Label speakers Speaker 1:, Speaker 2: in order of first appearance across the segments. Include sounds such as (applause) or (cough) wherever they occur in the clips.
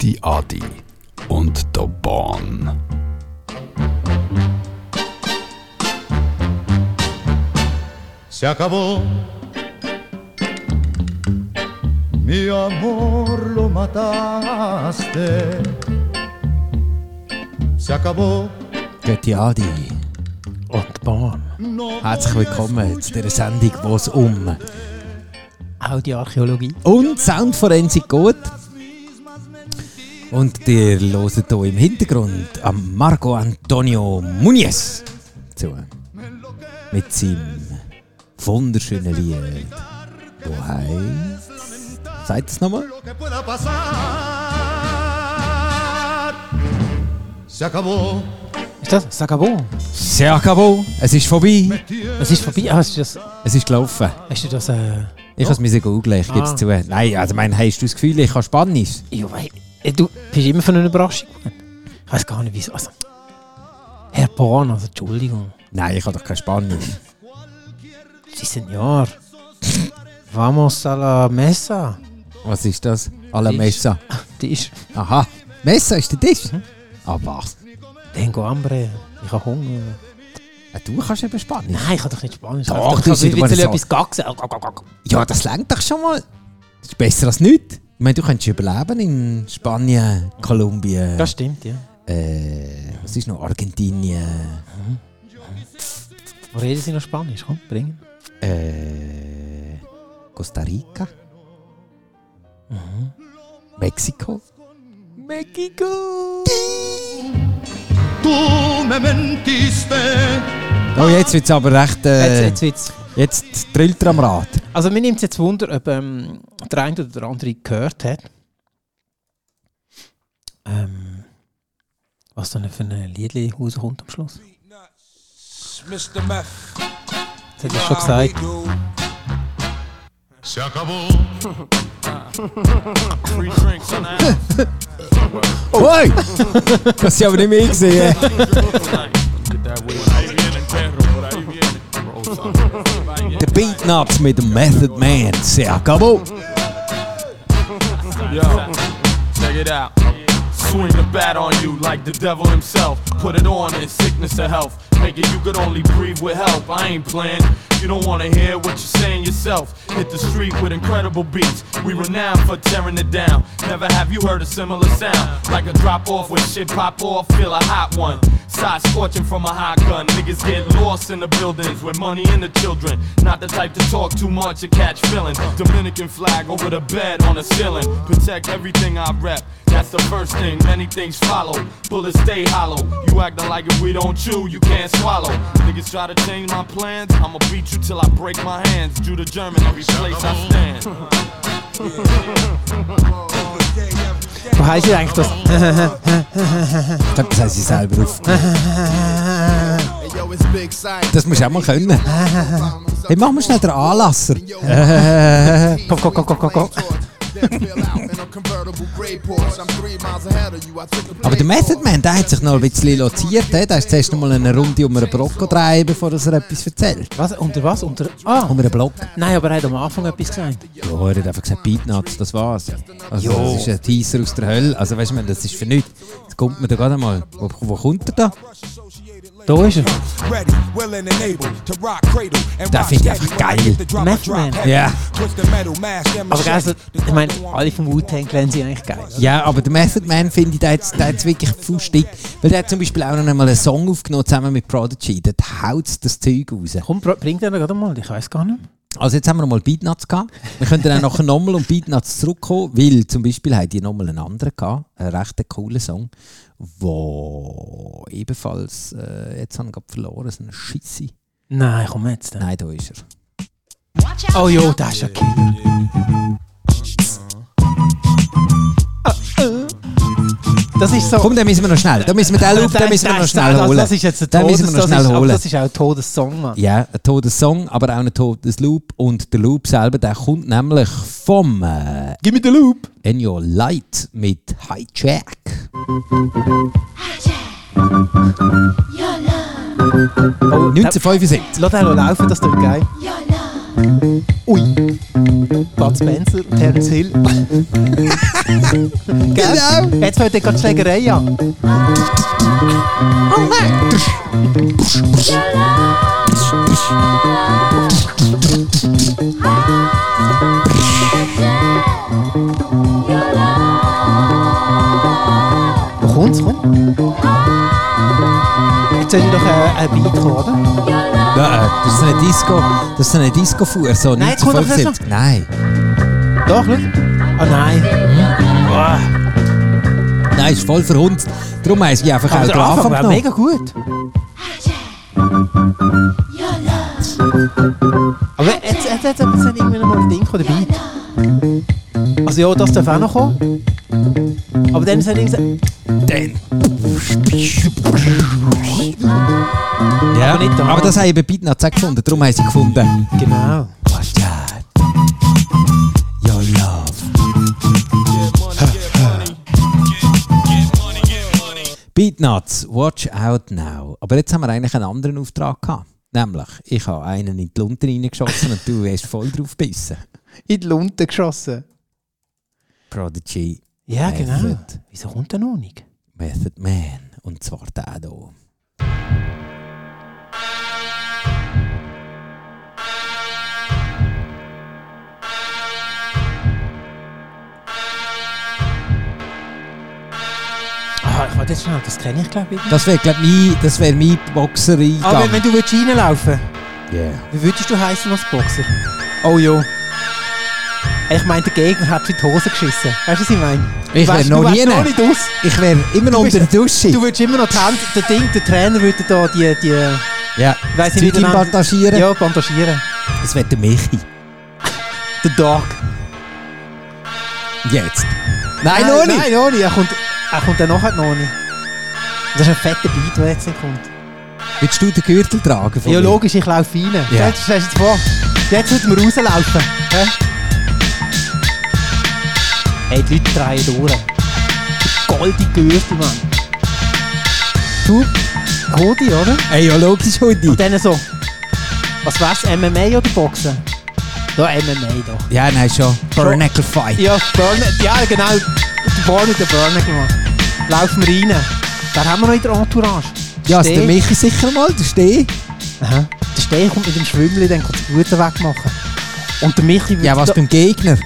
Speaker 1: die Adi und der Bahn.
Speaker 2: Se acabó. Mi amor lo mataste. Se acabó.
Speaker 3: Götti Adi und Bahn. Herzlich willkommen zu dieser Sendung, wo es um
Speaker 4: Audioarchäologie.
Speaker 3: und Soundforensik geht. Und ihr hört hier im Hintergrund am Marco Antonio Muniz zu. Mit seinem wunderschönen Lied. Wo heißt. Sagt es nochmal?
Speaker 2: Lo que pueda pasar. Se acabó.
Speaker 4: Ist das Sagabo?
Speaker 3: Se acabó. Es ist vorbei.
Speaker 4: Es ist vorbei. Ah, hast du das,
Speaker 3: Es ist gelaufen.
Speaker 4: hast du das, äh,
Speaker 3: Ich muss es googeln, ich gebe es
Speaker 4: Ah.
Speaker 3: zu. Nein, also mein, hast du das Gefühl, ich kann Spanisch?
Speaker 4: ja, wei- äh, du bist immer von einer Überraschung. Ich weiß gar nicht, wieso. Also, Herr Born, also Entschuldigung.
Speaker 3: Nein, ich kann doch kein Spanisch.
Speaker 4: Sie sind Jahr. Vamos a la mesa.
Speaker 3: Was ist das? A la
Speaker 4: Tisch.
Speaker 3: Mesa.
Speaker 4: Die ist.
Speaker 3: Aha. Mesa ist der Tisch? Ah, was?
Speaker 4: Tengo hambre. Ich habe Hunger.
Speaker 3: Ah, Du kannst eben Spanisch.
Speaker 4: Nein, ich kann doch nicht Spanisch. Also,
Speaker 3: Doch,
Speaker 4: ich
Speaker 3: du
Speaker 4: kann doch
Speaker 3: bist
Speaker 4: ein
Speaker 3: doch mal
Speaker 4: bisschen
Speaker 3: so.
Speaker 4: etwas gacksen. Ah, ah, ah, ah.
Speaker 3: Ja, das längt doch schon mal. Das ist besser als nichts. Ich meine, du könntest überleben in Spanien, Kolumbien,
Speaker 4: Das stimmt, ja.
Speaker 3: äh, was ist noch, Argentinien,
Speaker 4: Wo reden Sie noch Spanisch? Komm, bringen.
Speaker 3: äh, Costa Rica, Mhm. Mexiko. Mexiko!
Speaker 2: Tú me mentiste.
Speaker 3: Oh, jetzt wird es aber recht, äh,
Speaker 4: Jetzt, jetzt, jetzt.
Speaker 3: jetzt trillt er am Rad.
Speaker 4: Also mir nimmt es jetzt Wunder, ob ähm, der eine oder der andere gehört hat. Ähm, was dann für ein Liedli rauskommt am Schluss.
Speaker 5: Mr. Meth.
Speaker 4: Das hat er schon gesagt.
Speaker 2: Se acabó.
Speaker 5: Free drinks and I
Speaker 3: Oh. Oi! (laughs) das habe ich aber nicht mehr gesehen.
Speaker 5: get that way.
Speaker 3: Der Beatnuts mit dem Method Man. Se acabó.
Speaker 5: Yo, check it out. Swing the bat on you like the devil himself. Put it on in sickness or health. Make it you could only breathe with help. I ain't playing. You don't wanna hear what you're saying yourself. Hit the street with incredible beats. We renowned for tearing it down. Never have you heard a similar sound. Like a drop off when shit pop off, feel a hot one. Side scorching from a hot gun. Niggas get lost in the buildings with money and the children. Not the type to talk too much or catch feeling. Dominican flag over the bed on the ceiling. Protect everything I rep. That's the first thing. Many things follow. Bullets stay hollow. You acting like if we don't chew, you can't swallow. Niggas try to change my plans. I'ma beat you till I break my hands. Jew the German every place I stand.
Speaker 4: Wo heisst ihr eigentlich das?
Speaker 3: (laughs) Ich glaube, das haben sie selber aufgenommen. Das musst du auch mal können. Hey, mach mal schnell den Anlasser.
Speaker 4: Komm, komm, komm, komm, komm, komm.
Speaker 3: Aber der Method Man, der hat sich noch ein bisschen lotiert. hä? Der ist zuerst noch mal eine Runde um einen Block gedreht, bevor er etwas erzählt.
Speaker 4: Was? Unter was? Unter... Ah!
Speaker 3: Um einen Block.
Speaker 4: Nein, aber er hat am Anfang etwas gesagt.
Speaker 3: Ja, er hat einfach gesagt, Beatnuts, das war's. Also, das ist ein Teaser aus der Hölle. Also, weißt du, das ist für nichts. Jetzt kommt man da gerade mal. Wo, wo kommt er da?
Speaker 4: Da ist er.
Speaker 6: Ready, willing and able to rock cradle and
Speaker 3: Da
Speaker 6: rock
Speaker 3: find ich
Speaker 6: steady
Speaker 3: einfach geil.
Speaker 6: when I get the drop, I
Speaker 4: Method
Speaker 6: drop
Speaker 4: Man.
Speaker 6: heavy.
Speaker 3: Ja.
Speaker 6: Twist the metal, mash that
Speaker 4: Aber
Speaker 6: machete.
Speaker 4: also,
Speaker 3: er
Speaker 4: ich meine, alle vom Wu-Tang Clan sind eigentlich geil.
Speaker 3: Ja, aber der Method Man finde ich, der hat der hat's wirklich fustig. Weil der hat zum Beispiel auch noch einmal einen Song aufgenommen zusammen mit Prodigy. Dort haut das Zeug raus.
Speaker 4: Komm, br- bring den gerade mal. Ich weiß gar nicht.
Speaker 3: Also jetzt haben wir mal Beatnuts gehabt. Wir könnten auch nachher nochmal um Beatnuts zurückkommen, weil zum Beispiel haben die nochmal einen anderen gehabt, einen recht coolen Song, wo ebenfalls, äh, jetzt haben wir gerade verloren, so eine Schisse.
Speaker 4: Nein, komm jetzt. Dann.
Speaker 3: Nein, da ist er.
Speaker 4: Oh jo, das ist ja geil. Ah, Das ist so...
Speaker 3: Komm, den müssen wir noch schnell, da müssen wir den Loop, den müssen wir noch schnell holen.
Speaker 4: Das ist jetzt ein
Speaker 3: Den müssen wir
Speaker 4: Todes,
Speaker 3: noch
Speaker 4: das
Speaker 3: schnell
Speaker 4: ist, aber
Speaker 3: holen.
Speaker 4: das ist auch ein Todessong, Mann.
Speaker 3: Ja, ein totes Song, aber auch ein totes Loop. Und der Loop selber, der kommt nämlich vom äh,
Speaker 4: Gib mir den Loop.
Speaker 3: Enyo Light mit Hijack.
Speaker 7: Your love,
Speaker 3: 1975.
Speaker 4: Lass den noch laufen, das tut geil.
Speaker 7: your love,
Speaker 4: Bud Spencer, Terence Hill. (laughs) Gell?
Speaker 3: Genau.
Speaker 4: Jetzt fällt dir gerade die Schlägerei an. Oh, kommt's, komm. Jetzt sollte doch ein, ein Beat kommen, oder?
Speaker 3: Nein, das ist eine Disco. Das ist eine Disco-Fuhr. So,
Speaker 4: Nein, jetzt kommt doch
Speaker 3: 1975. Nein.
Speaker 4: Doch, schau. Ah nein.
Speaker 3: Nein, ist voll verhunzt. Darum haben sie einfach auch
Speaker 4: Aber
Speaker 3: den
Speaker 4: der Anfang
Speaker 3: Anfang
Speaker 4: war
Speaker 3: genommen.
Speaker 4: mega gut.
Speaker 7: your love,
Speaker 4: Aber jetzt, jetzt, jetzt hat es irgendwie nochmal ein Ding oder Beat. Also ja, das darf auch noch kommen. Aber dann sind irgendwie
Speaker 3: Ja.
Speaker 4: aber nicht da.
Speaker 3: Aber das haben eben Beatnuts auch gefunden. Darum haben sie gefunden.
Speaker 4: Genau.
Speaker 3: What's that? Your love. Beatnuts, watch out now. Aber jetzt haben wir eigentlich einen anderen Auftrag gehabt. Nämlich, ich habe einen in die Lunte reingeschossen und du hast voll drauf gebissen.
Speaker 4: In die Lunte geschossen.
Speaker 3: Prodigy
Speaker 4: Ja,
Speaker 3: Method.
Speaker 4: genau. Wieso kommt er noch nicht?
Speaker 3: Method Man. Und zwar der hier.
Speaker 4: Ah, ich warte jetzt schnell, das kenne ich glaube ich.
Speaker 3: Das wäre, glaube ich, das wäre mein Boxerei.
Speaker 4: Aber Ah, wenn du willst reinlaufen wie würdest du heißen als Boxer? Oh ja. Ich meine, der Gegner hat in die Hose geschissen. Weißt du, was ich meine?
Speaker 3: Ich
Speaker 4: Du
Speaker 3: wär
Speaker 4: wärst-
Speaker 3: noch
Speaker 4: du wärst
Speaker 3: nie
Speaker 4: noch
Speaker 3: ne-
Speaker 4: nicht aus.
Speaker 3: Ich wäre immer noch unter der Dusche.
Speaker 4: Du würdest immer noch die Hände, der Ding, der Trainer würde da die, die
Speaker 3: ja.
Speaker 4: weiss
Speaker 3: Weiss
Speaker 4: ich
Speaker 3: ich
Speaker 4: nicht, dann-
Speaker 3: partagieren.
Speaker 4: ja, bandagieren.
Speaker 3: Das wäre der Michi.
Speaker 4: Der Dog.
Speaker 3: Jetzt. Nein, noch nicht.
Speaker 4: Nein, noch nicht. Er kommt, er kommt dann nachher noch nicht. Das ist ein fetter Beat, der jetzt nicht kommt.
Speaker 3: Willst du den Gürtel tragen? von
Speaker 4: Ja,
Speaker 3: mir?
Speaker 4: logisch, ich laufe rein.
Speaker 3: Ja.
Speaker 4: Jetzt, jetzt, jetzt, vor. jetzt sollten wir rauslaufen. hä? Hey, die Leute drehen durch. Der Goldige Gürtel, Mann. Du, Hodi, oder?
Speaker 3: Ey, ja, logisch,
Speaker 4: Und
Speaker 3: Hundi.
Speaker 4: dann so. Was wär's, MMA oder Boxen? Ja, MMA doch.
Speaker 3: Ja, nein, schon. Barnacle Fight.
Speaker 4: Ja, Burner, ja genau. Der Burner, der Burner gemacht. Laufen wir rein. Da haben wir noch in der Entourage.
Speaker 3: Ja, ist
Speaker 4: Steh.
Speaker 3: der Michi sicher mal, der Steh.
Speaker 4: Aha. Der Steh kommt mit dem Schwimmli, dann kannst du die Guten wegmachen. Und der Michi würde
Speaker 3: Ja, was
Speaker 4: da-
Speaker 3: beim Gegner?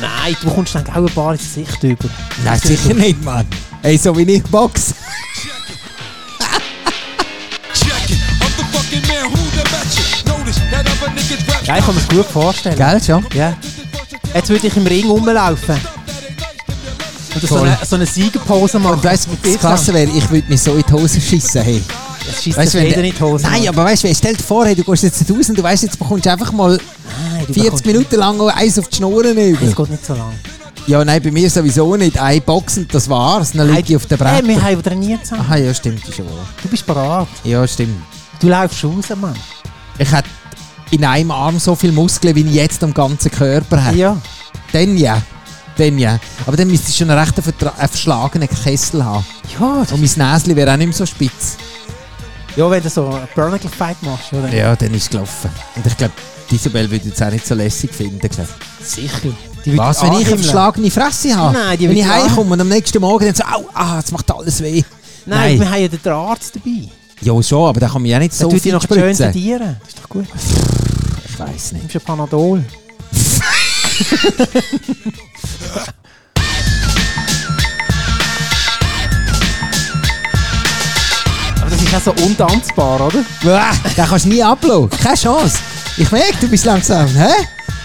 Speaker 4: Nein, du bekommst dann auch ein paar ins Gesicht über.
Speaker 3: Nein, sicher nicht, Mann. Ey, so wie ich boxe.
Speaker 6: Check it. I'm the fucking man who the match Notice that other niggas rap.
Speaker 3: er-
Speaker 4: Ja, ich kann mir das gut vorstellen.
Speaker 3: Gell, schon?
Speaker 4: Ja. Jetzt würde ich im Ring rumlaufen. Und so
Speaker 3: Voll.
Speaker 4: eine, so eine Siegerpose machen.
Speaker 3: Und weißt du, das Klasse wäre, ich würde mich so in die Hose schiessen, hey.
Speaker 4: Es scheisst
Speaker 3: Weißt
Speaker 4: dir
Speaker 3: du, wenn
Speaker 4: jeder
Speaker 3: der-
Speaker 4: in die Hose.
Speaker 3: Nein, aber weißt du, stell dir vor, hey, du gehst jetzt raus und du weißt, jetzt bekommst du einfach mal
Speaker 4: Nein, du
Speaker 3: 40
Speaker 4: bekommst-
Speaker 3: Minuten lang eins auf die Schnurren
Speaker 4: Das
Speaker 3: über.
Speaker 4: geht nicht so lange.
Speaker 3: Ja, nein, bei mir sowieso nicht. Ein Boxen, das war's. Dann liege ich auf der
Speaker 4: Hey,
Speaker 3: Brett.
Speaker 4: wir haben trainiert zusammen.
Speaker 3: Aha, ja, stimmt, ist ja wohl.
Speaker 4: Du bist bereit.
Speaker 3: Ja, stimmt.
Speaker 4: Du läufst raus, Mann.
Speaker 3: Ich hätte in einem Arm so viel Muskeln, wie ich jetzt am ganzen Körper habe.
Speaker 4: Ja.
Speaker 3: Dann ja. Dann ja. Aber dann müsstest du schon einen rechten Vertra einen verschlagenen Kessel haben.
Speaker 4: Ja,
Speaker 3: Und mein Näschen wäre auch nicht mehr so spitz.
Speaker 4: ja wenn du so einen Burnacle Fight machst, oder?
Speaker 3: Ja, dann ist es gelaufen. Und ich glaube, Isabel würde jetzt auch nicht so lässig finden. glaub.
Speaker 4: Sicher. Die wird
Speaker 3: Was, wenn ich eine
Speaker 4: anhimmeln.
Speaker 3: verschlagene Fresse habe?
Speaker 4: Nein, die
Speaker 3: wenn
Speaker 4: wird
Speaker 3: ich
Speaker 4: an-
Speaker 3: heimkomme und am nächsten Morgen dann so, au, ah, jetzt macht alles weh.
Speaker 4: Nein,
Speaker 3: Nein.
Speaker 4: wir haben ja den Arzt dabei.
Speaker 3: Ja, schon, aber da kann man ja nicht
Speaker 4: So
Speaker 3: so
Speaker 4: tut dich
Speaker 3: viel
Speaker 4: noch schön
Speaker 3: spritzen.
Speaker 4: sedieren. Das ist doch gut. Du
Speaker 3: Ich weiß nicht.
Speaker 4: nimmst ein Panadol. (laughs) Aber das ist ja so untanzbar, oder?
Speaker 3: Uah, Den kannst du nie ablassen. Keine Chance. Ich merke, du bist langsam. Hä?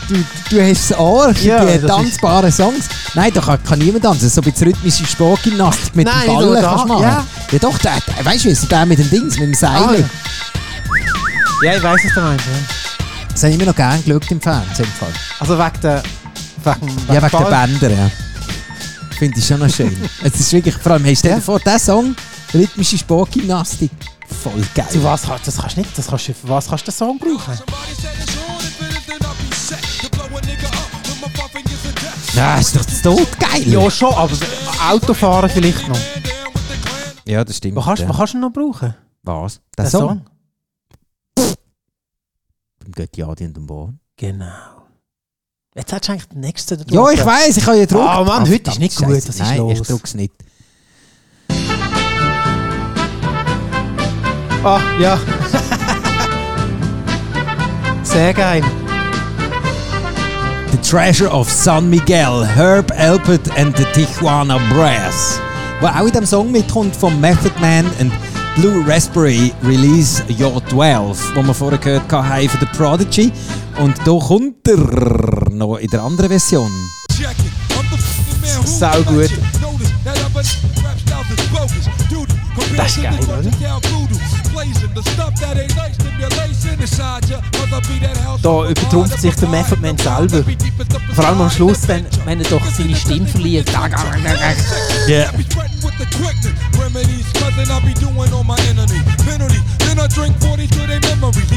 Speaker 3: Du, du hast das Ohr für
Speaker 4: Ja, das
Speaker 3: die
Speaker 4: ist-
Speaker 3: tanzbaren Songs. Nein, da kann, kann niemand tanzen. So ein bisschen rhythmische Sportgymnastik mit
Speaker 4: Nein,
Speaker 3: dem
Speaker 4: nur
Speaker 3: Ballen
Speaker 4: da,
Speaker 3: kannst du machen.
Speaker 4: ja. Ah,
Speaker 3: Ja, doch, der, der, weißt du, wie der mit dem Dings, mit dem Seil.
Speaker 4: Ja, ich weiß, was du meinst. Ja.
Speaker 3: Das habe ich immer noch gerne geschaut im Fernsehen. Im Fall.
Speaker 4: Also wegen der. Wegen,
Speaker 3: Ja, wegen
Speaker 4: Ball.
Speaker 3: der Bänder, ja. Finde ich schon noch
Speaker 4: (laughs)
Speaker 3: schön. es ist wirklich, vor allem, hast du dir vor, der Song, rhythmische Sportgymnastik, voll geil.
Speaker 4: Zu was kannst das kannst du nicht? Das kannst du, für was kannst du den Song brauchen?
Speaker 3: Ja, ist doch das Tod geil.
Speaker 4: Ja, schon, aber Autofahren vielleicht noch.
Speaker 3: Ja, das stimmt.
Speaker 4: Was kannst,
Speaker 3: ja.
Speaker 4: was kannst du noch brauchen?
Speaker 3: Was? Der
Speaker 4: Den
Speaker 3: Song? Beim Götti Adi und dem Born.
Speaker 4: Genau. Jetzt hättest du eigentlich den nächsten da
Speaker 3: Ja,
Speaker 4: drunter.
Speaker 3: ich weiß, ich habe ja Druck.
Speaker 4: Ah, Mann,
Speaker 3: Ah,
Speaker 4: heute ist nicht
Speaker 3: verdammt,
Speaker 4: gut, was ist
Speaker 3: Nein,
Speaker 4: los?
Speaker 3: ich druck's nicht.
Speaker 4: Ah, ja. Sehr geil.
Speaker 3: The Treasure of San Miguel, Herb Alpert and the Tijuana Brass. Wo auch in dem Song mitkommt von Method Man and Blue Raspberry Release Jahr 12, wo wir vorher gehört haben von The Prodigy. Und da kommt er noch in der anderen Version.
Speaker 4: Sau gut.
Speaker 6: Das
Speaker 4: ist geil, oder?
Speaker 6: Da übertrumpft sich der Method Man selber. Vor allem am Schluss, wenn, wenn er doch seine Stimme verliert.
Speaker 3: Yeah.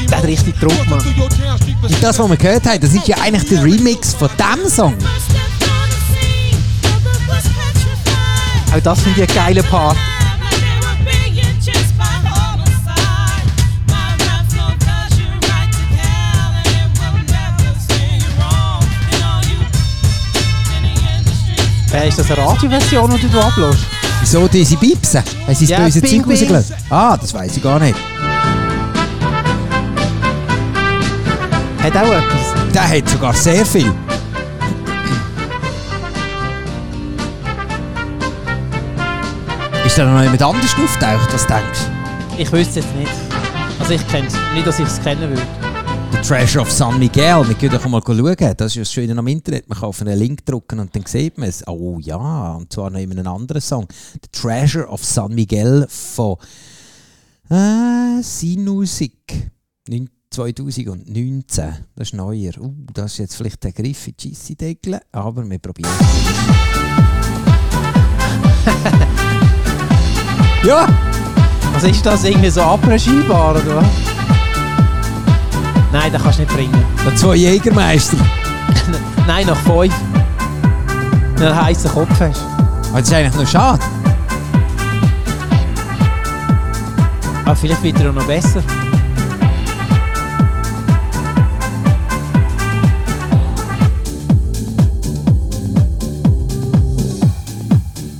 Speaker 6: Der
Speaker 4: hat richtig Druck, Mann.
Speaker 3: Und das, was wir gehört haben, das ist ja eigentlich der Remix von diesem Song.
Speaker 4: Auch das finde ich einen geilen Part. Äh, ist das eine Radioversion, die du da ablässt?
Speaker 3: Wieso diese Bipsen? Haben sie
Speaker 4: Ja,
Speaker 3: das böse
Speaker 4: Bing,
Speaker 3: Zeug
Speaker 4: Bing.
Speaker 3: rausgelassen? Ah, das weiß ich gar nicht.
Speaker 4: Hat auch etwas.
Speaker 3: Der hat sogar sehr viel. Ist da noch jemand anders auftaucht, was denkst
Speaker 4: Ich wüsste es jetzt nicht. Also ich kenne es. Nicht, dass ich es kennen
Speaker 3: du?
Speaker 4: würde.
Speaker 3: The Treasure of San Miguel. Wir können doch mal schauen. Das ist ja das Schöne am Internet. Man kann auf einen Link drücken und dann sieht man es. Oh ja, und zwar noch in einem anderen Song. The Treasure of San Miguel von äh, Sinusik. 9 2019. Das ist neuer. Uh, das ist jetzt vielleicht der Griff in die Scheissendeckel, aber wir probieren (laughs) Ja!
Speaker 4: Also ist das irgendwie so abregibar oder was? Nein, das kannst du nicht bringen.
Speaker 3: Da zwei Jägermeister.
Speaker 4: Nein, nach fünf. Wenn du einen heißen Kopf hast.
Speaker 3: Aber Ah, Das ist eigentlich noch schade.
Speaker 4: Aber Ah, vielleicht wird er auch noch besser.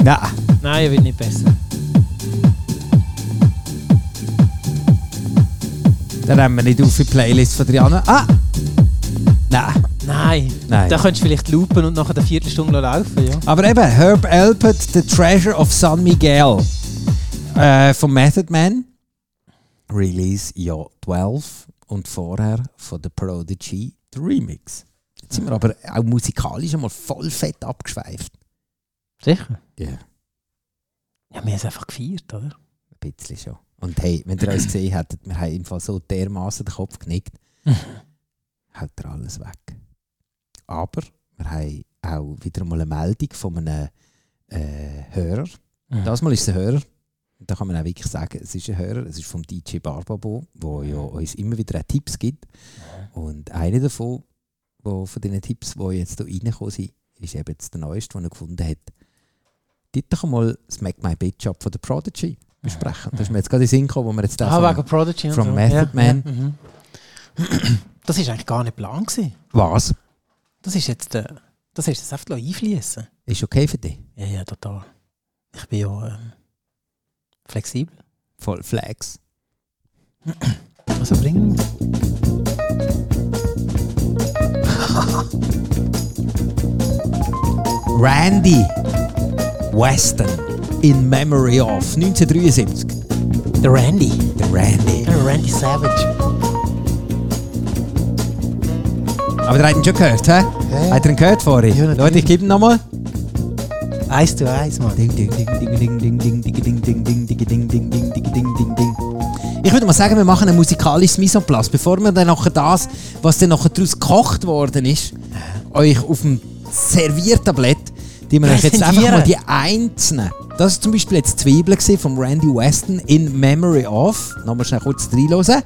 Speaker 3: Nein.
Speaker 4: Nein, er wird nicht besser.
Speaker 3: Da nehmen wir nicht auf die Playlist von Triana. Ah! Nein.
Speaker 4: Nein.
Speaker 3: Nein.
Speaker 4: Da könntest du vielleicht loopen und nachher eine Viertelstunde laufen, ja?
Speaker 3: Aber eben, Herb Alpert, The Treasure of San Miguel. Äh, von Method Man. Release Jahr 12. Und vorher von The Prodigy, The Remix. Jetzt sind wir aber auch musikalisch einmal voll fett abgeschweift.
Speaker 4: Sicher.
Speaker 3: Ja.
Speaker 4: Ja, wir haben es einfach gefeiert, oder?
Speaker 3: Ein bisschen schon. Und hey, wenn ihr uns gesehen hättet, wir haben im Fall so dermaßen den Kopf genickt, haut ihr alles weg. Aber wir haben auch wieder mal eine Meldung von einem äh, Hörer. Das mal ist es ein Hörer. Da kann man auch wirklich sagen, es ist ein Hörer. Es ist vom DJ Barbabo, der ja uns immer wieder auch Tipps gibt. Und einer davon, wo, von diesen Tipps, die jetzt hier reingekommen sind, ist eben jetzt der neueste, den er gefunden hat. Dort doch mal Smack My Bitch Up von der Prodigy besprechen. Das ist mir jetzt gerade in den Sinn gekommen, wo wir jetzt da
Speaker 4: Ah, wegen Prodigy und
Speaker 3: from
Speaker 4: so.
Speaker 3: Method
Speaker 4: ja,
Speaker 3: Man.
Speaker 4: Ja, mhm. (clears throat) Das war eigentlich gar nicht Plan. Gewesen.
Speaker 3: Was?
Speaker 4: Das ist jetzt der... Das ist das einfach einfließen.
Speaker 3: Ist okay für dich?
Speaker 4: Ja, ja, total. Ich bin ja ähm, flexibel.
Speaker 3: Voll Flex.
Speaker 4: Also bringen wir.
Speaker 3: Randy Weston in Memory of 1973.
Speaker 4: Der Randy.
Speaker 3: Der Randy.
Speaker 4: Der Randy Savage.
Speaker 3: Aber der hat ihn schon gehört, hä?
Speaker 4: ja.
Speaker 3: Hat er ihn gehört vorhin?
Speaker 4: Ja, natürlich.
Speaker 3: Leute, ich gebe ihn nochmal.
Speaker 4: Eins zu eins, Mann.
Speaker 3: Ding, ding, ding, ding, ding, ding, ding, ding, ding, ding, ding, ding, ding, ding, ding, ding, ding, ding. Ich würde mal sagen, wir machen ein musikalisches Mise en place, bevor wir dann nachher das, was dann nachher daraus gekocht worden ist, euch auf dem Serviertablett, die wir euch jetzt einfach
Speaker 4: Präsentieren.
Speaker 3: mal die einzelnen. Das war zum Beispiel jetzt Zwiebeln gewesen von Randy Weston in Memory of. Nochmal schnell kurz reinhören. Hat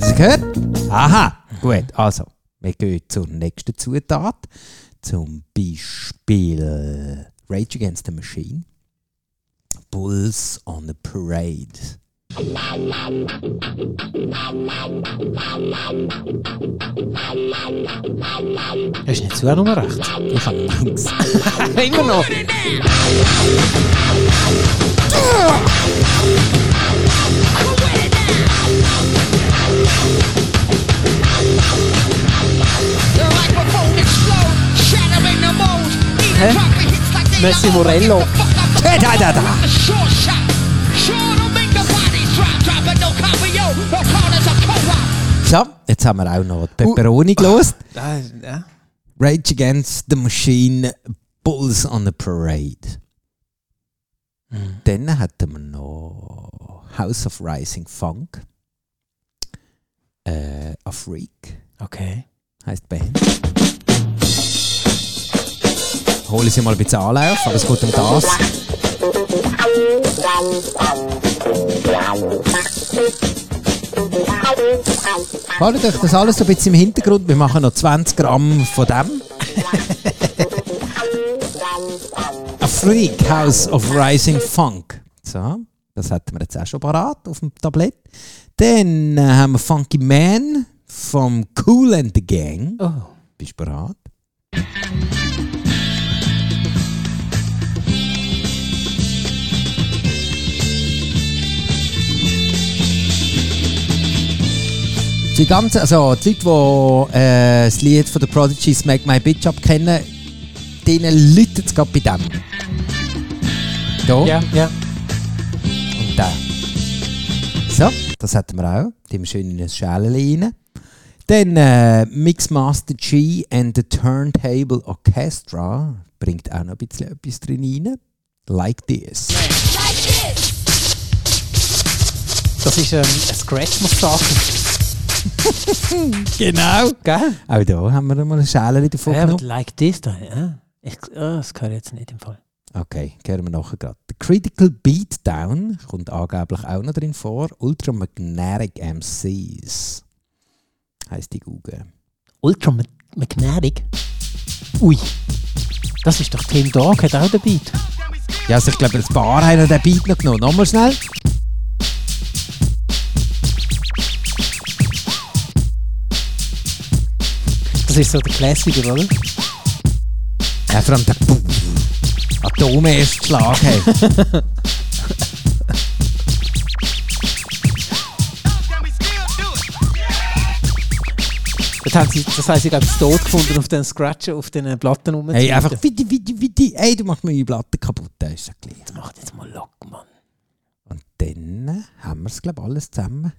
Speaker 3: ihr es gehört? Aha, gut. Also, wir gehen zur nächsten Zutat. Zum Beispiel Rage Against the Machine. Bulls on a Parade.
Speaker 4: Hast du nicht sogar nur recht?
Speaker 3: Ich habe links.
Speaker 4: (laughs) Immer noch.
Speaker 8: Eh? Messi Morello. Eh,
Speaker 3: Da, da, da, da. So, jetzt haben wir auch noch die Pepperoni gelost.
Speaker 4: Ja.
Speaker 3: Rage Against the Machine, Bulls on the Parade. Dann hatten wir noch House of Rising Funk. Äh, A Freak
Speaker 4: Okay.
Speaker 3: heisst die Band. Hole sie mal ein bisschen Anlauf, aber es geht um das. Haltet euch das alles so ein bisschen im Hintergrund. Wir machen noch 20 Gramm von dem. A Freak House of Rising Funk. So, das hatten wir jetzt auch schon parat auf dem Tablett. Dann äh, haben wir Funky Man vom Cool and the Gang.
Speaker 4: Oh.
Speaker 3: Bist du bereit? Die ganzen, also die Leute, die äh, das Lied von The Prodigy Smack My Bitch Up kennen, denen läutet es gerade bei dem. Da
Speaker 4: Ja, ja.
Speaker 3: und da. So, das hatten wir auch. Die haben wir schön in eine Schale rein. Dann äh, Mixmaster G and the Turntable Orchestra bringt auch noch ein bisschen etwas drin rein. Like this.
Speaker 4: Das ist ähm, ein (laughs) Scratch-Massaker.
Speaker 3: Genau.
Speaker 4: Gell?
Speaker 3: Auch da haben wir mal eine Schale davon
Speaker 4: Ja, aber
Speaker 3: genommen.
Speaker 4: like this da. Ja. Ich, ah, das gehört jetzt nicht im Fall.
Speaker 3: Okay, hören wir nachher gerade. The Critical Beatdown kommt angeblich auch noch drin vor. Ultramagnetic MCs heisst die Google.
Speaker 4: Ultra Ma- Magnetic. Ui. Das ist doch Team Dog, hat auch den Beat.
Speaker 3: Ja, also ich glaube, ein paar haben den Beat noch genommen. Nochmal schnell.
Speaker 4: Das ist so der Klassiker, oder?
Speaker 3: Ja, vor allem der Puh. Atome erst Schlag hey.
Speaker 4: Das, haben sie, das haben sie gerade zu tot gefunden auf den Scratchen, auf den äh, Platten rum.
Speaker 3: hey, einfach witti, witti, witti. Hey, du machst meine Platte kaputt. Das ist ja gleich.
Speaker 4: Mach jetzt mal lock, Mann.
Speaker 3: Und dann haben wir es, glaube ich, alles zusammen.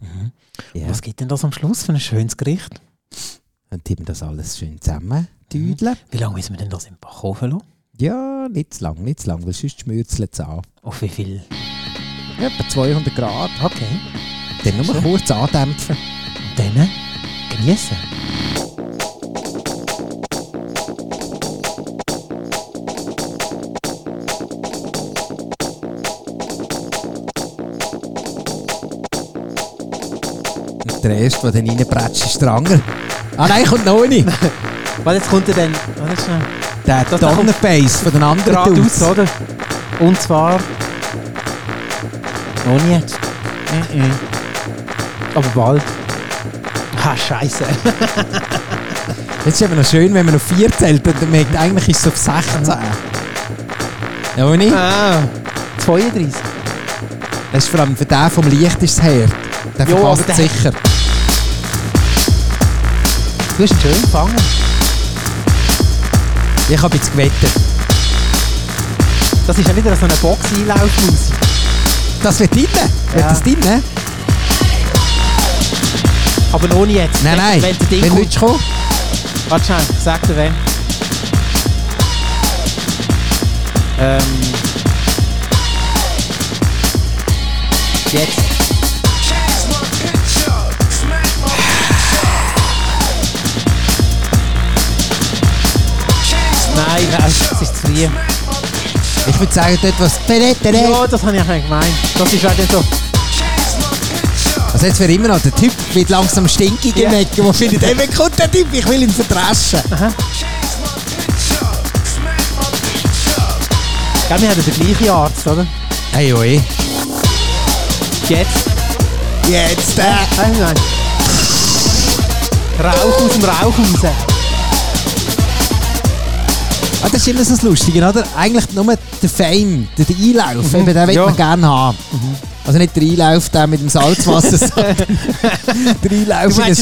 Speaker 3: Ja.
Speaker 4: Mhm. Was gibt denn das am Schluss für ein schönes Gericht?
Speaker 3: Und die haben das alles schön zusammen. Düdeln.
Speaker 4: Wie lange müssen wir denn das im Bach offen lassen?
Speaker 3: Ja, nicht zu lang, nicht zu lang, weil sonst schmürzelt es an.
Speaker 4: Auf wie viel?
Speaker 3: Etwa 200 Grad.
Speaker 4: Okay.
Speaker 3: Dann nur kurz andämpfen.
Speaker 4: Und dann genießen.
Speaker 3: Und der erste, der dann reinpratscht, ist der andere. Ah nein, kommt noch nicht.
Speaker 4: Weil jetzt kommt er dann. Warte schnell.
Speaker 3: Der
Speaker 4: (laughs) Das- da kommt-
Speaker 3: Donnerbass von den anderen
Speaker 4: geradeaus, oder? Und zwar. Noch nicht jetzt. Mhm. Aber bald. Ha, Scheiße.
Speaker 3: Jetzt ist eben noch schön, wenn man auf 4 zählt und dann merkt, eigentlich ist es auf 16. Ja, aber nicht?
Speaker 4: Ah. 32.
Speaker 3: Das ist vor allem für den vom Licht ist es hart. Der
Speaker 4: Jo, aber
Speaker 3: verpasst
Speaker 4: der-
Speaker 3: sicher.
Speaker 4: Du hast ihn schön gefangen.
Speaker 3: Ich habe jetzt gewettet.
Speaker 4: Das ist ja wieder so eine Box-Einlaufmusik.
Speaker 3: Das wird rein. Wird
Speaker 4: Ja.
Speaker 3: das rein? Nein,
Speaker 4: Aber noch nicht jetzt. Wenn-
Speaker 3: nein.
Speaker 4: Wenn der Ding
Speaker 3: Wenn
Speaker 4: kommt.
Speaker 3: willst du kommen?
Speaker 4: Warte schnell, sag dir wen. Ähm. Jetzt. Nein, nein, es ist zu früh.
Speaker 3: Ich würde sagen, dort was...
Speaker 4: Ja, das habe ich eigentlich gemeint. Das ist halt dann so.
Speaker 3: Also jetzt wäre immer noch der Typ wird langsam stinkig
Speaker 4: Ja.
Speaker 3: im Ecken, der findet, hey, wer kommt der Typ? Ich will ihn verdreschen.
Speaker 4: Gell, wir haben den gleichen Arzt, oder?
Speaker 3: Hey, oi.
Speaker 4: Jetzt.
Speaker 3: Jetzt äh. der.
Speaker 4: Nein, nein. Rauch aus dem Rauch raus.
Speaker 3: Ah, das ist immer so das Lustige, oder? Eigentlich nur der Fame, der, der Einlauf, eben, den will
Speaker 4: Ja.
Speaker 3: man gerne haben. Also nicht der Einlauf der mit dem (laughs) Salzwasser, sondern der Einlauf in das
Speaker 4: im Glaub- im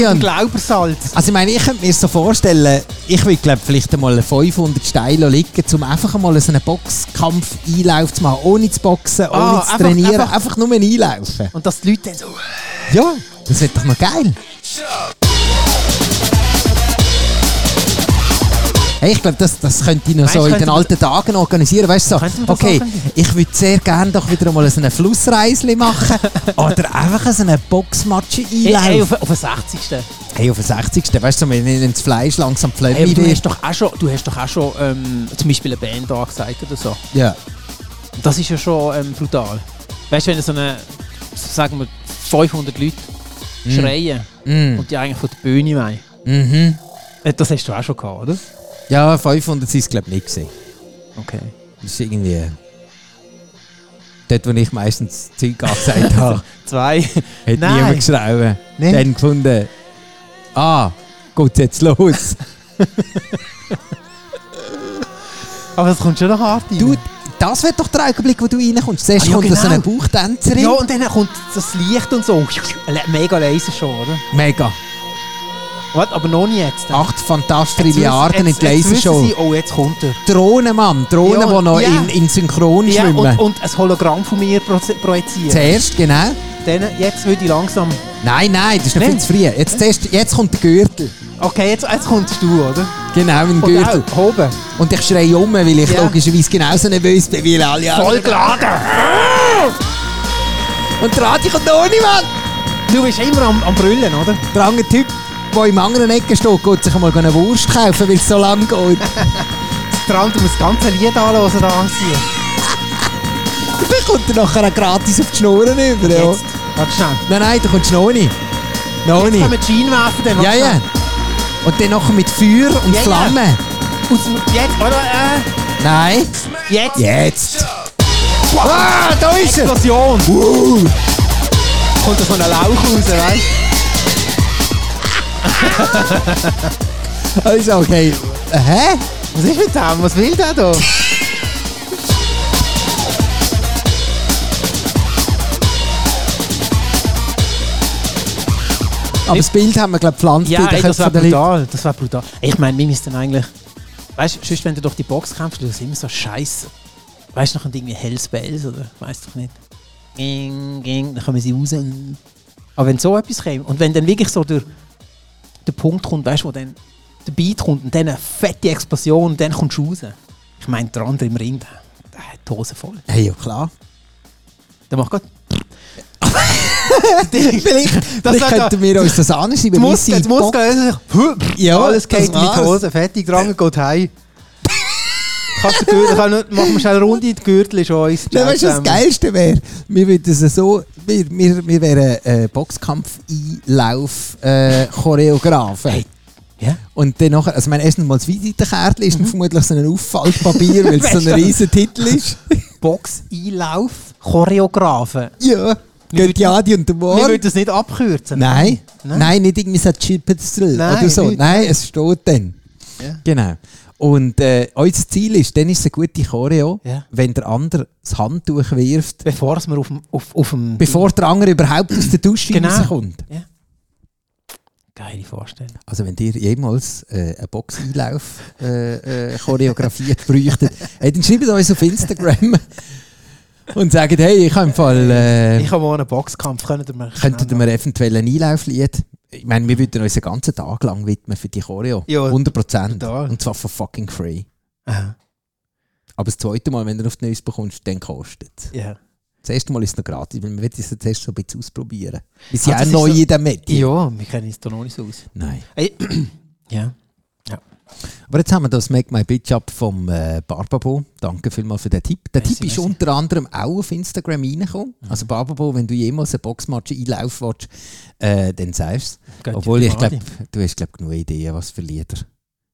Speaker 3: Stadion.
Speaker 4: Glaubersalz.
Speaker 3: Also ich meine, ich könnte mir so vorstellen, ich würde glaube vielleicht einmal 500 Steine liegen, um einfach einmal so einen Boxkampf-Einlauf zu machen, ohne zu boxen, ohne
Speaker 4: Ah,
Speaker 3: zu
Speaker 4: einfach-
Speaker 3: trainieren, einfach,
Speaker 4: einfach-
Speaker 3: nur einlaufen.
Speaker 4: Und dass die Leute dann so...
Speaker 3: Ja, das wird doch noch geil. Hey, ich glaube, das, das könnte ich noch
Speaker 4: Weißt,
Speaker 3: so in den
Speaker 4: könnte man-
Speaker 3: alten Tagen organisieren. Weißt du, so,
Speaker 4: Könnte man das
Speaker 3: okay,
Speaker 4: organisieren?
Speaker 3: ich würde sehr gerne doch wieder mal so eine Flussreisli
Speaker 4: (laughs)
Speaker 3: machen oder einfach so einen Boxmatch
Speaker 4: Hey, hey,
Speaker 3: einlaufen.
Speaker 4: auf, auf den 60.
Speaker 3: Hey, auf den 60. Weißt du, so, wenn wenn das Fleisch langsam
Speaker 4: Hey, aber
Speaker 3: flömmig
Speaker 4: du
Speaker 3: wird.
Speaker 4: hast doch auch schon, du hast doch auch schon ähm, zum Beispiel eine Band angesagt oder so.
Speaker 3: Ja.
Speaker 4: Das ist ja schon ähm, brutal. Weißt du, wenn so eine, sagen wir, 500 Leute schreien
Speaker 3: Mm.
Speaker 4: und die eigentlich von der Bühne meinen.
Speaker 3: Mhm.
Speaker 4: Äh, Das hast du auch schon gehabt, oder?
Speaker 3: Ja, 500 sind es, glaube ich, nicht gewesen.
Speaker 4: Okay.
Speaker 3: Das ist irgendwie... Dort, wo ich meistens Zeug (laughs) angesagt habe.
Speaker 4: Zwei. (laughs)
Speaker 3: Hat
Speaker 4: Nein.
Speaker 3: niemand geschrieben.
Speaker 4: Nein.
Speaker 3: Dann gefunden, ah, geht's jetzt los.
Speaker 4: Aber es kommt schon noch hart rein.
Speaker 3: (laughs) du, das wird doch der Augenblick, wo du reinkommst. Zuerst
Speaker 4: Ah, ja,
Speaker 3: kommt da so eine
Speaker 4: genau.
Speaker 3: Bauchtänzerin.
Speaker 4: ja, und dann kommt das Licht und so. Le- Mega leise schon, oder?
Speaker 3: Mega.
Speaker 4: Warte, aber noch nicht jetzt.
Speaker 3: Acht fantastische
Speaker 4: Jetzt
Speaker 3: Milliarden in
Speaker 4: wissen-
Speaker 3: die
Speaker 4: jetzt- jetzt wissen
Speaker 3: Lasershow.
Speaker 4: sie, Oh, jetzt kommt er.
Speaker 3: Drohnen, Mann. Drohnen,
Speaker 4: Ja,
Speaker 3: die noch
Speaker 4: ja.
Speaker 3: in, in Synchron
Speaker 4: Ja,
Speaker 3: schwimmen.
Speaker 4: und, und ein Hologramm von mir pro projizieren.
Speaker 3: Zuerst, genau.
Speaker 4: Dann, jetzt würde ich langsam...
Speaker 3: Nein, nein, das ist noch
Speaker 4: Nein.
Speaker 3: viel zu früh. Jetzt, zuerst, jetzt kommt der Gürtel.
Speaker 4: Okay, jetzt, jetzt kommst du, oder?
Speaker 3: Genau, mein
Speaker 4: Und
Speaker 3: Gürtel.
Speaker 4: auch oben.
Speaker 3: Und ich schreie um, weil ich
Speaker 4: Ja.
Speaker 3: logischerweise genauso nervös bin wie alle anderen.
Speaker 4: Voll geladen.
Speaker 3: Und der Adi kommt noch nicht, Mann.
Speaker 4: Du bist immer am, am Brüllen, oder?
Speaker 3: Der andere Typ, der im anderen Ecke steht, geht sich mal eine Wurst kaufen, weil es so lang
Speaker 4: (laughs)
Speaker 3: geht.
Speaker 4: Vor allem, du musst das ganze Lied anhören da anziehen.
Speaker 3: Dann kommt er nachher auch gratis auf die Schnurren über. Ja.
Speaker 4: Jetzt. Warte schnell.
Speaker 3: Nein, nein, da kommst du noch nicht. Noch
Speaker 4: Jetzt
Speaker 3: nicht.
Speaker 4: kann man die Schiene werfen. Dann
Speaker 3: Ja,
Speaker 4: warte
Speaker 3: ja. Und dann nachher mit Feuer und
Speaker 4: Ja, ja.
Speaker 3: Flammen.
Speaker 4: schnell. Aus dem, jetzt, oder? Äh,
Speaker 3: Nein,
Speaker 4: jetzt.
Speaker 3: jetzt. Ah, da ist er.
Speaker 4: Explosion.
Speaker 3: Uh.
Speaker 4: Kommt da so ein Lauch raus, weißt
Speaker 3: (laughs) Also, okay. Äh, Hä?
Speaker 4: du? Was ist mit dem? Was will der da?
Speaker 3: Aber das Bild haben wir, glaube ich, gepflanzt in
Speaker 4: Ja,
Speaker 3: den
Speaker 4: ey, das
Speaker 3: Köpfen
Speaker 4: war
Speaker 3: der Leute.
Speaker 4: brutal. Das war brutal. Ey, Ich meine, mir ist dann eigentlich. Weißt du, sonst, wenn du durch die Box kämpfst, du ist immer so scheiße. Weißt du, noch irgendwie Hells Bells oder weißt du nicht? Ging, ging, dann kommen sie raus. Aber wenn so etwas käme und wenn dann wirklich so der, der Punkt kommt, weißt du, wo dann der Beat kommt und dann eine fette Explosion und dann kommst du raus. Ich meine, der andere im Ring, der, der hat die Hose voll.
Speaker 3: Hey, ja,
Speaker 4: (laughs)
Speaker 3: klar.
Speaker 4: Der macht (laughs) gerade.
Speaker 3: Vielleicht,
Speaker 4: Das
Speaker 3: vielleicht
Speaker 4: hat ja-
Speaker 3: könnten wir uns das anschreiben.
Speaker 4: Die
Speaker 3: Wir
Speaker 4: Muskeln,
Speaker 3: sind
Speaker 4: die Muskeln.
Speaker 3: Ja,
Speaker 4: alles
Speaker 3: das
Speaker 4: geht in die
Speaker 3: war's.
Speaker 4: Hose, fertig, dran, geht (laughs) heim. Kannst du den Gürtel, kann nicht, machen wir schnell eine Runde, die Gürtel ist uns.
Speaker 3: Ja, weißt du, was das Geilste wäre? Wir würden es so, wir, wir, wir wären äh, Boxkampf-Einlauf-Choreografen.
Speaker 4: ja.
Speaker 3: Und dann nachher, also ich meine, erstens mal das Visitenkärtchen ist dann vermutlich so ein Auffallpapier, weil es so ein
Speaker 4: Mhm. Weißt du?
Speaker 3: riesen Titel ist.
Speaker 4: Box-Einlauf, Choreografen.
Speaker 3: ja,
Speaker 4: Wir
Speaker 3: geht ja die und der
Speaker 4: Wir
Speaker 3: Morgen.
Speaker 4: würden das nicht abkürzen.
Speaker 3: Nein,
Speaker 4: Nein.
Speaker 3: nein, nicht irgendwie so Chippestrill
Speaker 4: Nein,
Speaker 3: oder so.
Speaker 4: nicht.
Speaker 3: Nein, es steht dann. Genau. Und äh, unser Ziel ist, dann ist es eine gute Choreo,
Speaker 4: Ja.
Speaker 3: wenn der andere das Handtuch wirft,
Speaker 4: Bevor es mir auf dem. Auf, auf dem
Speaker 3: bevor der andere überhaupt aus der Dusche
Speaker 4: Genau.
Speaker 3: rauskommt.
Speaker 4: Geile Vorstellung.
Speaker 3: Also wenn ihr jemals äh, einen Boxeinlauf äh, äh, choreografiert bräuchtet, (laughs) hey, dann schreibt uns auf Instagram (laughs) und sagt, hey, ich habe im Fall, äh,
Speaker 4: Ich habe mal einen Boxkampf, können wir
Speaker 3: könntet ihr mir eventuell ein Einlauflied? Ich meine, wir würden uns einen ganzen Tag lang widmen für die Choreo.
Speaker 4: Ja,
Speaker 3: 100 Prozent.
Speaker 4: total.
Speaker 3: Und zwar for fucking free.
Speaker 4: Aha.
Speaker 3: Aber das zweite Mal, wenn du auf die Nüsse bekommst, dann kostet es.
Speaker 4: Ja.
Speaker 3: Das erste Mal ist es noch gratis, weil wir wollen es jetzt erst so ein bisschen ausprobieren. Wir sind
Speaker 4: Ah,
Speaker 3: auch
Speaker 4: das ist
Speaker 3: neu
Speaker 4: so-
Speaker 3: in diesem Medien.
Speaker 4: ja, wir kennen uns da noch nicht so aus.
Speaker 3: Nein.
Speaker 4: Ja.
Speaker 3: Aber jetzt haben wir das Make My Bitch Up vom äh, Barbabo. Danke vielmals für den Tipp. Der
Speaker 4: Merci,
Speaker 3: Tipp ist
Speaker 4: merci. Mhm.
Speaker 3: unter anderem auch auf Instagram reingekommen. Also Barbabo, wenn du jemals einen Boxmatch einlaufen willst, äh, dann sagst du
Speaker 4: Geht
Speaker 3: es. Obwohl
Speaker 4: die
Speaker 3: ich glaube,
Speaker 4: Party.
Speaker 3: du hast glaub, genug Ideen, was für Lieder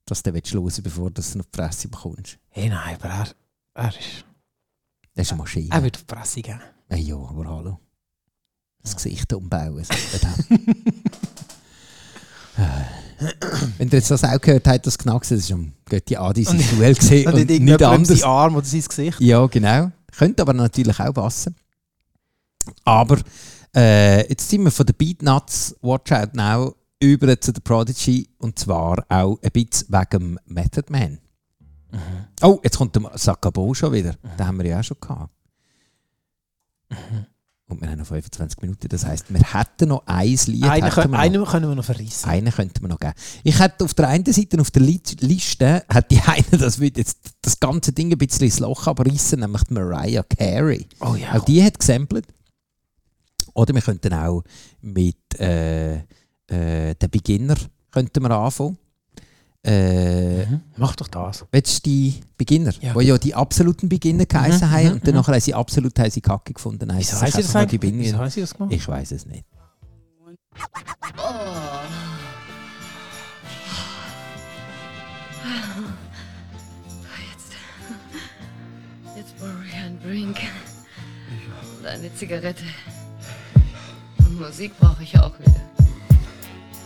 Speaker 3: dass du willst hören, bevor du es noch die Fresse bekommst.
Speaker 4: Hey, nein, aber er, er ist.
Speaker 3: Das ist eine Maschine.
Speaker 4: Er wird auf die Presse gehen.
Speaker 3: Hey, ja, aber hallo. Das Gesicht umbauen. sagt man dann. (laughs) Äh. Wenn ihr jetzt das auch gehört habt, das Knacksen, das ist am Götti Adi sein Duell
Speaker 4: Äh,
Speaker 3: gesehen und, nicht anders.
Speaker 4: sein Arm oder sein Gesicht.
Speaker 3: Ja, genau. Könnte aber natürlich auch passen. Aber äh, jetzt sind wir von den Beatnuts Watch Out Now über zu den Prodigy und zwar auch ein bisschen wegen dem Method Man. Oh, jetzt kommt der Sakabo schon wieder. Den haben wir ja auch schon gehabt. Und wir haben noch 25 Minuten, das heisst, wir hätten noch ein Lied.
Speaker 4: Einen,
Speaker 3: hätten wir
Speaker 4: können,
Speaker 3: noch. Ah,
Speaker 4: einen können wir noch verreissen.
Speaker 3: Einen könnten wir noch geben. Ich hätte auf der einen Seite, auf der Li- Liste, hätte ich einen, das würde jetzt das ganze Ding ein bisschen ins Loch abrissen, nämlich die Mariah Carey.
Speaker 4: Oh ja.
Speaker 3: Auch die hat gesampelt. Oder wir könnten auch mit äh, äh, «The Beginner» könnten wir anfangen. Äh,
Speaker 4: Mach doch das.
Speaker 3: Willst du die Beginner,
Speaker 4: Mhm. Ja.
Speaker 3: wo ja die absoluten Beginner geheißen
Speaker 4: Mhm,
Speaker 3: haben
Speaker 4: mhm,
Speaker 3: und dann nachher haben sie absolut haben sie Kacke gefunden. Dann haben sie
Speaker 4: Wieso
Speaker 3: sich
Speaker 4: heißt sie das
Speaker 3: einfach mal die
Speaker 4: eigentlich?
Speaker 3: Beginner-
Speaker 4: Wieso haben sie das gemacht?
Speaker 3: Ich weiß es nicht.
Speaker 9: Jetzt. Jetzt borrow ich einen Drink. Und eine Zigarette. Und Musik brauche ich auch wieder.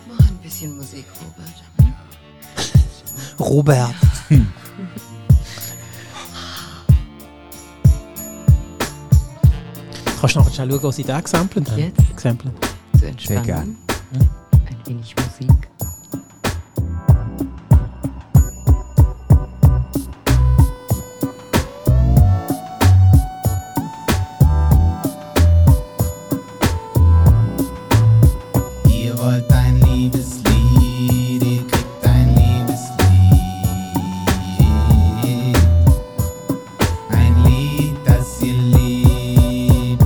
Speaker 9: Mach ein bisschen Musik, Robert.
Speaker 4: Robert. (laughs) Kannst du noch schnell schauen, was sie da gesampelt haben?
Speaker 9: Jetzt?
Speaker 4: Gesampelt.
Speaker 9: Zu
Speaker 3: gern.
Speaker 9: entspannen. Ein wenig Musik.
Speaker 6: Ihr wollt ein Liebeslied, ihr kriegt ein Liebeslied. Ein Lied, das ihr liebt.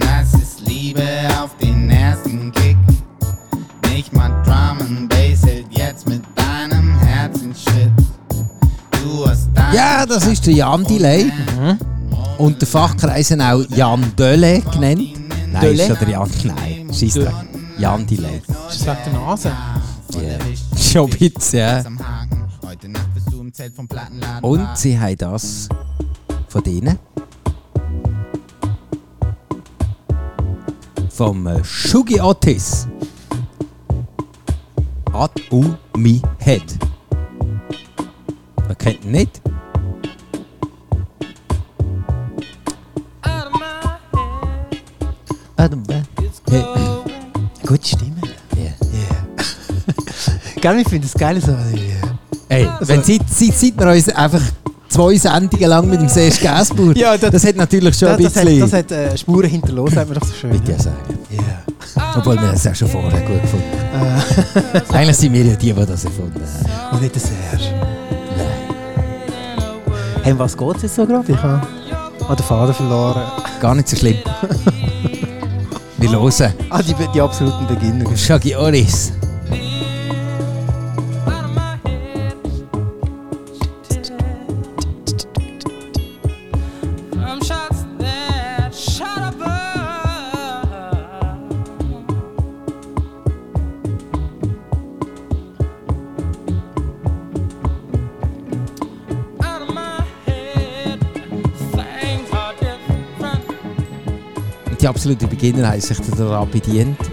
Speaker 6: Das ist Liebe auf den ersten Kick. Nicht mal Drum and Bass hält jetzt mit deinem Herzensschritt. Du hast dein
Speaker 3: Ja, das ist der Jan Delay.
Speaker 6: Mhm.
Speaker 3: Und der Fachkreisen auch Jan Dölle genannt. Nein,
Speaker 4: Dölle?
Speaker 3: ist ja der Jan. Nein, scheiss
Speaker 4: Dö-
Speaker 3: drauf. Jan Delay.
Speaker 4: Ist das wegen der Nase?
Speaker 3: Yeah. Schon ein bisschen, (laughs) ja.
Speaker 6: am Haken. Heute Nacht bist du im Zelt vom Plattenladen.
Speaker 3: Und sie haben das von denen. Vom äh, Shugi Otis. At U Mi Head. Man kennt ihn nicht. Out of my head.
Speaker 4: Gute Stimme.
Speaker 3: Yeah. (laughs)
Speaker 4: Gell, ich finde es geil. So. Yeah.
Speaker 3: Ey,
Speaker 4: Also-
Speaker 3: wenn seit, seit, seit wir uns einfach zwei Sendungen lang mit dem Serge Gainsbourg,
Speaker 4: Ja, das-
Speaker 3: das, hat natürlich schon
Speaker 4: Das,
Speaker 3: ein
Speaker 4: das hat,
Speaker 3: bisschen...
Speaker 4: das hat äh, Spuren hinterlassen, hat man doch so schön.
Speaker 3: Würde ich ja sagen. Obwohl wir das auch schon vorher gut gefunden haben.
Speaker 4: Äh.
Speaker 3: Eigentlich sind wir ja die, die das erfunden haben.
Speaker 4: Und nicht der Serge. Hey, um was geht es jetzt so gerade? Ich habe hab den Faden verloren.
Speaker 3: Gar nicht so schlimm. wir hören
Speaker 4: Ah, die, die absoluten Beginner.
Speaker 3: Shaggy Oris. Die absolute Beginner haben sich der Rabbi dient. Und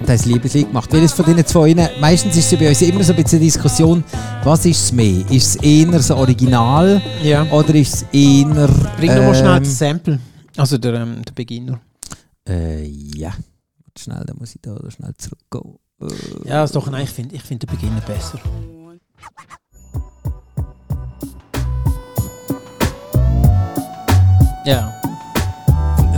Speaker 3: haben das Liebeslied gemacht. Welches von diesen zwei, meistens ist es bei uns immer so ein bisschen eine Diskussion, was ist es mehr? Ist es eher das Original
Speaker 4: Ja.
Speaker 3: oder ist es eher...
Speaker 4: Bring doch mal schnell
Speaker 3: ähm,
Speaker 4: das Sample. Also der, ähm, der Beginner.
Speaker 3: Äh, ja. Warte Schnell, da muss ich da schnell zurückgehen. Äh.
Speaker 4: Ja, ist doch, nein, ich finde ich find den Beginner besser. Ja.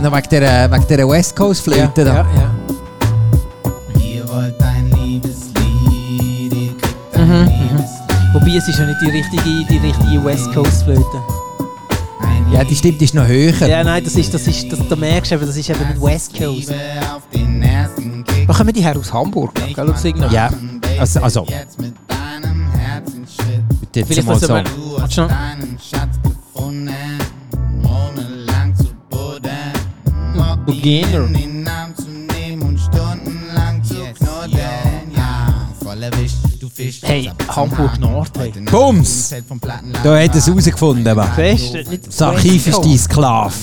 Speaker 3: Noch wegen dieser, wegen dieser West Coast Flöte da.
Speaker 4: ja, ja.
Speaker 6: Ihr wollt ein Liebeslied, ihr kriegt ein
Speaker 4: Mhm,
Speaker 6: Liebeslied.
Speaker 4: Wobei es ist ja nicht die richtige, die richtige West Coast Flöte.
Speaker 6: Ein
Speaker 3: Ja, die stimmt ist noch höher.
Speaker 4: Ja, nein, das ist, das ist, das, da merkst du eben, das ist eben nicht West Coast.
Speaker 6: Liebe auf den ersten Kick.
Speaker 4: Wo kommen die her? Aus Hamburg, gell? Oder aus irgendeinem-
Speaker 3: Ja, also, also
Speaker 6: Jetzt mit deinem Herzensschritt.
Speaker 3: bitte jetzt
Speaker 4: Vielleicht
Speaker 3: mal
Speaker 4: das
Speaker 3: so.
Speaker 4: einmal-
Speaker 6: Du
Speaker 4: Warte
Speaker 6: hast
Speaker 4: schon.
Speaker 6: deinen Schatz gefunden, ohne lang zu buddeln.
Speaker 4: Hm,
Speaker 6: Ob
Speaker 4: Beginner.
Speaker 6: ihn in den Arm zu nehmen und stundenlang zu knuddeln. Ja, voll erwischt, du Fisch.
Speaker 4: Hey,
Speaker 6: Zapp zum
Speaker 4: Hamburg
Speaker 6: Haken.
Speaker 4: Nord, hey.
Speaker 6: Heute Nacht
Speaker 3: Bums.
Speaker 6: im Zelt vom Plattenladen.
Speaker 3: Da hat er es rausgefunden, aber
Speaker 4: Fest, nicht
Speaker 3: das Archiv
Speaker 4: West
Speaker 3: ist
Speaker 4: Coast.
Speaker 3: dein Sklave.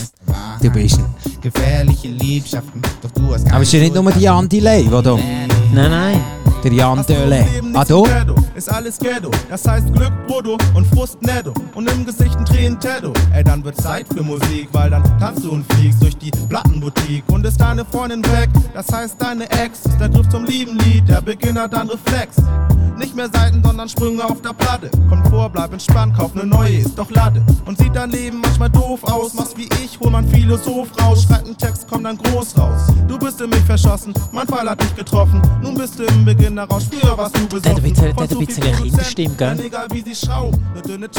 Speaker 3: Du bist ein
Speaker 6: gefährliche Liebschaften. Doch du hast
Speaker 3: Aber es ist ja nicht nur die Jan Delay, die da.
Speaker 4: Nein, nein.
Speaker 3: Der Jan Delay. Ah, da?
Speaker 10: Ghetto, ist alles Ghetto. Das heißt Glück, Brutto und Frust netto. Und im Gesicht ein Tränen Tetto. Ey, dann wird Zeit für Musik, weil dann tanzt du und fliegst durch die Plattenboutique. Und ist deine Freundin weg, das heißt deine Ex. Ist Der Griff zum lieben Lied, der Beginn hat dann Reflex. Nicht mehr Seiten, sondern Sprünge auf der Platte. Kommt vor, bleib entspannt, kauf ne neue, ist doch Latte. Und sieht dein Leben manchmal doof aus. Machst wie ich, hol man Philosoph raus. Schreibt einen Text, komm dann groß raus. Du bist in mich verschossen, mein Pfeil hat dich getroffen. Nun bist du im Beginnerrausch, früher warst du
Speaker 4: Der hat ein bisschen-
Speaker 10: besoffen.
Speaker 4: der hat ein bisschen eine Kinderstimme, gell?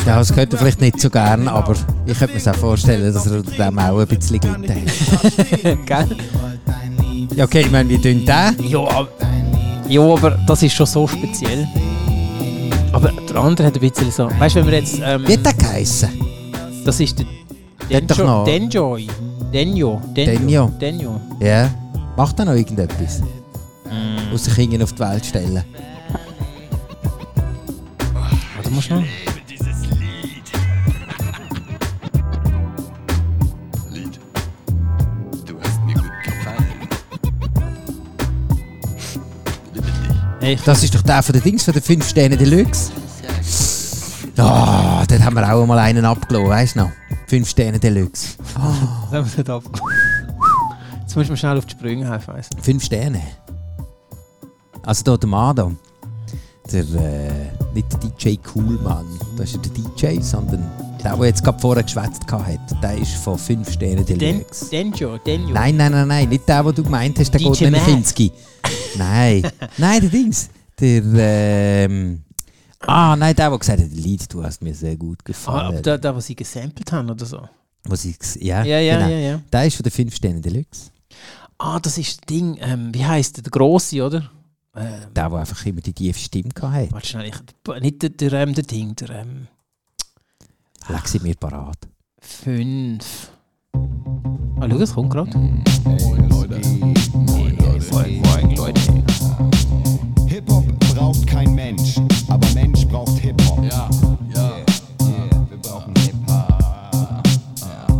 Speaker 3: Ja, das hört er vielleicht nicht so gern, aber ich könnte mir auch vorstellen, dass er unter dem auch ein bisschen Gitte hat.
Speaker 4: Gell?
Speaker 3: Ja, okay, ich meine, wie dünn der?
Speaker 4: Ja, aber, ja, aber das ist schon so speziell. Aber der andere hat ein bisschen so. Weißt du, wenn wir jetzt. Ähm,
Speaker 3: Wie hat der geheissen?
Speaker 4: Das ist der
Speaker 3: hat doch
Speaker 4: Denjo.
Speaker 3: noch-
Speaker 4: Denjoy. Denjo.
Speaker 3: Denjo.
Speaker 4: Denjo.
Speaker 3: Ja. Macht er noch irgendetwas?
Speaker 4: Hm.
Speaker 3: Außer Kinder auf die Welt stellen.
Speaker 4: Warte mal schnell. Hey, ich-
Speaker 3: Das ist doch der von den Dings, von den 5 Sterne Deluxe. Ah, dort haben wir auch mal einen abgelassen, weißt du noch? 5 Sterne Deluxe.
Speaker 4: das haben wir nicht abgemacht. Jetzt muss man schnell auf die Sprünge helfen. weiss nicht.
Speaker 3: 5 Sterne. Also hier der Mann da. Der, äh, nicht der DJ Coolmann. Das ist ja der DJ, sondern der, der jetzt gerade vorher geschwätzt hat. Der ist von 5 Sterne
Speaker 4: Den,
Speaker 3: Deluxe.
Speaker 4: Denjo. Denjo.
Speaker 3: Nein, nein, nein, nein, nicht der, den du gemeint hast, der
Speaker 4: DJ
Speaker 3: Gordon
Speaker 4: Matt.
Speaker 3: Finski. Nein, nein, der Dings. Der, ähm, ah, nein, der, der gesagt hat, Lied, du hast mir sehr gut
Speaker 4: Ah,
Speaker 3: gefallen.
Speaker 4: aber da, da, was sie gesampelt haben oder so.
Speaker 3: Was ich, ges- ja,
Speaker 4: Ja, ja,
Speaker 3: genau.
Speaker 4: ja, ja.
Speaker 3: Der ist von der 5 Sterne Deluxe.
Speaker 4: Ah, das ist das Ding, ähm, wie heisst der, der Grosse, oder? Ähm,
Speaker 3: Der, der einfach immer die tiefe Stimme hatte.
Speaker 4: warte schnell, ich, nicht der, der, ähm, der Ding, der ähm,
Speaker 3: Leg sie mir parat.
Speaker 4: fünf. Ah, schau, das kommt gerade.
Speaker 11: Hip-Hop braucht kein Mensch, aber Mensch braucht Hip-Hop. Ja, ja. Wir brauchen Hip-Hop.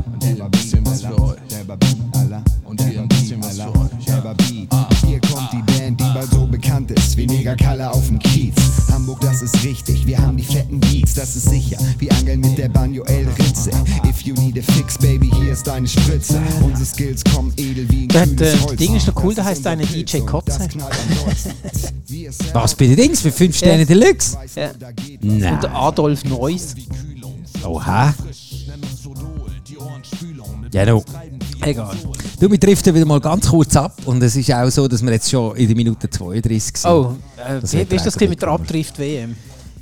Speaker 11: Und hier ein bisschen was für euch. Selber Beat, Allah. Und hier ein bisschen was für euch. Ah. Selber Beat. Hier kommt die Band, die bald so bekannt ist wie Negerkalle auf dem Kiez. Hamburg, das ist richtig. Wir haben die fetten Beats, das ist sicher. Wir angeln mit der Banjo El Ritze. If you need a fix, baby, hier ist deine Spritze. Unsere Skills kommen edel wie ein
Speaker 4: Der hat, äh,
Speaker 11: kühles Holz.
Speaker 4: Ding ist noch cool,
Speaker 11: Das
Speaker 4: der heißt
Speaker 11: unser
Speaker 4: einer
Speaker 11: Pilz
Speaker 4: DJ
Speaker 11: und
Speaker 4: Kotze.
Speaker 11: das knallt am dollsten. Wir selber
Speaker 3: Was bei den Dings für 5 Sterne Deluxe?
Speaker 4: Ja. Und der
Speaker 3: Nein.
Speaker 4: Adolf Neuss.
Speaker 3: Oha. Ja, no.
Speaker 4: Egal.
Speaker 3: Du, wir driften wieder mal ganz kurz ab. Und es ist auch so, dass wir jetzt schon in der Minute 32 sind.
Speaker 4: Oh, äh,
Speaker 3: Das
Speaker 4: wie,
Speaker 3: hat
Speaker 4: wie ist das
Speaker 3: leider
Speaker 4: mit der
Speaker 3: nicht
Speaker 4: Abdrift-WM?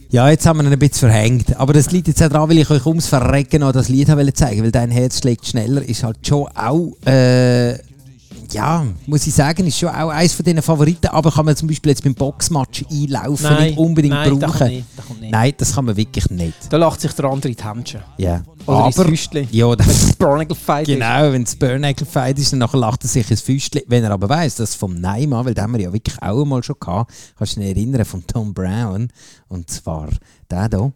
Speaker 3: Ja, jetzt haben wir ihn ein bisschen verhängt. Aber das liegt jetzt auch daran, weil ich euch ums Verrecken noch das Lied habe zeigen Weil dein Herz schlägt schneller ist halt schon auch, äh, ja, muss ich sagen, ist schon auch eines von deinen Favoriten. Aber kann man zum Beispiel jetzt beim Boxmatch einlaufen, nicht unbedingt
Speaker 4: nein, Das kommt
Speaker 3: brauchen.
Speaker 4: nicht, das kommt nicht.
Speaker 3: Nein, das kann man wirklich nicht.
Speaker 4: Da lacht sich der andere in die Händchen.
Speaker 3: Ja.
Speaker 4: Oder ins
Speaker 3: aber,
Speaker 4: Füßchen.
Speaker 3: ja,
Speaker 4: (laughs)
Speaker 3: das,
Speaker 4: Barnacle Fight.
Speaker 3: genau, wenn es Burnacle-Fight ist, dann nachher lacht er sich ins Füßchen. Wenn er aber weiss, dass vom Neymar, weil den haben wir ja wirklich auch einmal schon gehabt, kannst du dich erinnern, von Tom Brown. Und zwar der hier.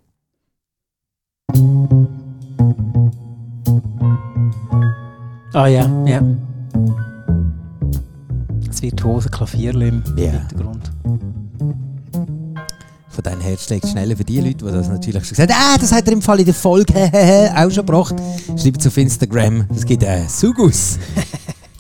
Speaker 4: Ah ja, ja. Das virtuose Klavierlim im
Speaker 3: Ja.
Speaker 4: Hintergrund.
Speaker 3: Von deinem Herz schlägt schneller für die Leute, die das natürlich schon gesagt haben. Ah, das hat er im Fall in der Folge (laughs) auch schon gebracht. Schreibt es auf Instagram. Es gibt einen (laughs) Sugus.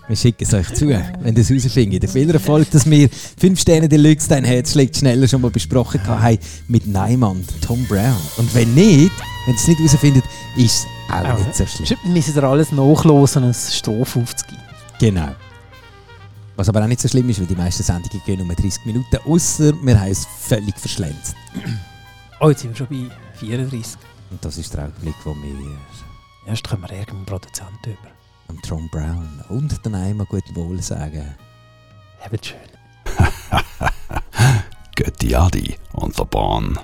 Speaker 3: Wir schicken es euch zu, wenn ihr es herausfindet. Auf welcher Folge, dass wir 5 Sterne Deluxe, dein Herz schlägt schneller schon mal besprochen haben mit Neumann, Tom Brown. Und wenn nicht, wenn ihr es nicht herausfindet, ist es auch nicht so schlimm.
Speaker 4: Wir müssen da alles nachlosen, eine Strophe aufzugeben.
Speaker 3: Genau. Was aber auch nicht so schlimm ist, weil die meisten Sendungen gehen um 30 Minuten, außer wir haben es völlig verschlänzt.
Speaker 4: Oh, jetzt sind wir schon bei 34.
Speaker 3: Und das ist der Augenblick, wo wir
Speaker 4: Erst kommen wir irgendeinen Produzenten über.
Speaker 3: Und Tom Brown und den einmal guten Wohl sagen.
Speaker 4: Habt schön.
Speaker 1: Götti Adi und der Bahn.